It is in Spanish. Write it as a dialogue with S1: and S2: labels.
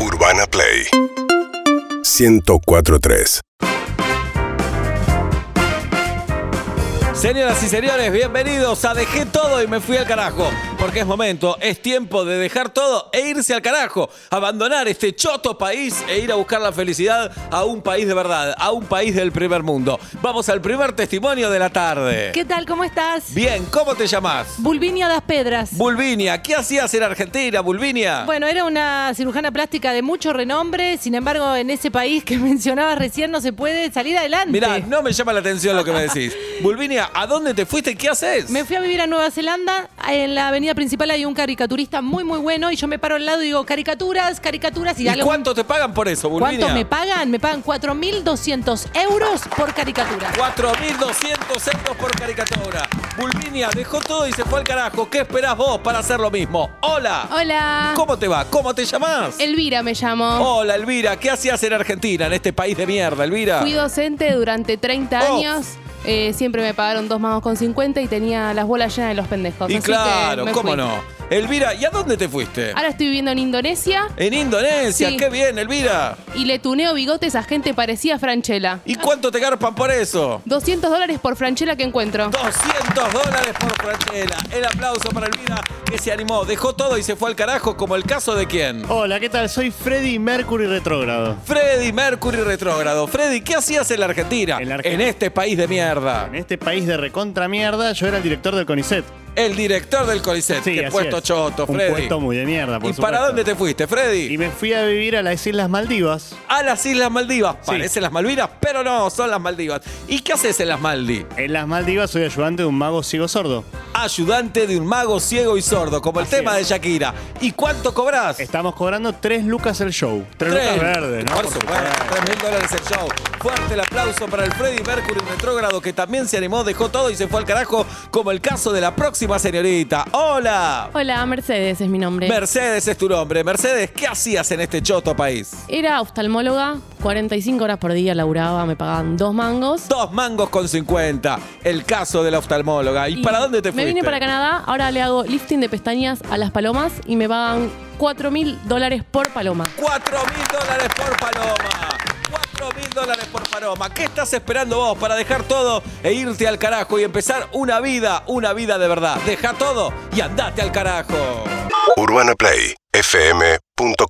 S1: Urbana Play 1043
S2: Señoras y señores, bienvenidos a Dejé todo y me fui al carajo. Porque es momento, es tiempo de dejar todo e irse al carajo. Abandonar este choto país e ir a buscar la felicidad a un país de verdad, a un país del primer mundo. Vamos al primer testimonio de la tarde.
S3: ¿Qué tal? ¿Cómo estás?
S2: Bien, ¿cómo te llamás?
S3: Bulbinia das Pedras.
S2: Bulvinia, ¿qué hacías en Argentina, Bulvinia?
S3: bueno, era una cirujana plástica de mucho renombre, sin embargo, en ese país que mencionabas recién no se puede salir adelante.
S2: Mirá, no me llama la atención lo que me decís. Bulvinia, ¿a dónde te fuiste? ¿Qué haces?
S3: Me fui a vivir a Nueva Zelanda, en la avenida principal hay un caricaturista muy muy bueno y yo me paro al lado y digo, caricaturas, caricaturas y,
S2: ¿Y
S3: algo-
S2: cuánto te pagan por eso, Bulvinia?
S3: ¿Cuánto me pagan? Me pagan 4.200 euros por caricatura.
S2: 4.200 euros por caricatura. Bulvinia dejó todo y se fue al carajo. ¿Qué esperás vos para hacer lo mismo? Hola.
S4: Hola.
S2: ¿Cómo te va? ¿Cómo te llamás?
S4: Elvira me llamo.
S2: Hola, Elvira. ¿Qué hacías en Argentina, en este país de mierda, Elvira?
S4: Fui docente durante 30
S2: Oh.
S4: años. Eh, siempre me pagaron dos mangos con 50 y tenía las bolas llenas de los pendejos.
S2: y
S4: así que
S2: claro,
S4: me
S2: ¿cómo
S4: fui.
S2: no? Elvira, ¿y a dónde te fuiste?
S4: Ahora estoy viviendo en Indonesia
S2: En Indonesia.
S4: Sí.
S2: Qué bien, Elvira.
S4: y le tuneo bigotes a gente parecida a Franchella.
S2: ¿Y cuánto te garpan por eso?
S4: 200 dólares por Franchella que encuentro.
S2: 200 dólares por Franchella. El aplauso para Elvira que se animó, dejó todo y se fue al carajo, como el caso de quién.
S5: Hola, ¿qué tal? Soy Freddy Mercury retrógrado.
S2: Freddy Mercury retrógrado. Freddy, ¿qué hacías en la Argentina?
S5: En la Argentina.
S2: En este país de mierda.
S5: En este país de recontra mierda, yo era el director del CONICET.
S2: El director del Coliseo.
S5: Sí,
S2: Qué
S5: así
S2: puesto
S5: es.
S2: choto,
S5: Un
S2: Freddy.
S5: puesto muy de mierda, por
S2: ¿Y para
S5: supuesto.
S2: dónde te fuiste, Freddy?
S5: Y me fui a vivir a las Islas Maldivas.
S2: A las Islas Maldivas. Parecen las Malvinas, pero no, son las Maldivas. ¿Y qué haces en las Maldi?
S5: En las Maldivas soy ayudante de un mago ciego sordo.
S2: Ayudante de un mago ciego y sordo, como el
S5: Así
S2: tema
S5: es.
S2: de Shakira. ¿Y cuánto cobras?
S5: Estamos cobrando tres lucas el show. Tres, lucas verdes, ¿no?
S2: Por supuesto, 3 mil dólares el show. Fuerte el aplauso para el Freddy Mercury retrógrado que también se animó, dejó todo y se fue al carajo, como el caso de la próxima señorita. ¡Hola!
S4: Hola, Mercedes es mi nombre.
S2: Mercedes es tu nombre. Mercedes, ¿qué hacías en este choto país?
S4: Era oftalmóloga, 45 horas por día laburaba, me pagaban dos mangos.
S2: Dos mangos con 50. El caso de la oftalmóloga. ¿Y, para dónde te fuiste?
S4: Me vine para Canadá, ahora le hago lifting de pestañas a las palomas y me pagan 4 mil dólares por paloma.
S2: 4 mil dólares por paloma. 4 mil dólares por paloma. ¿Qué estás esperando vos para dejar todo e irte al carajo y empezar una vida, una vida de verdad? Deja todo y andate al carajo.
S1: UrbanaPlayFM.com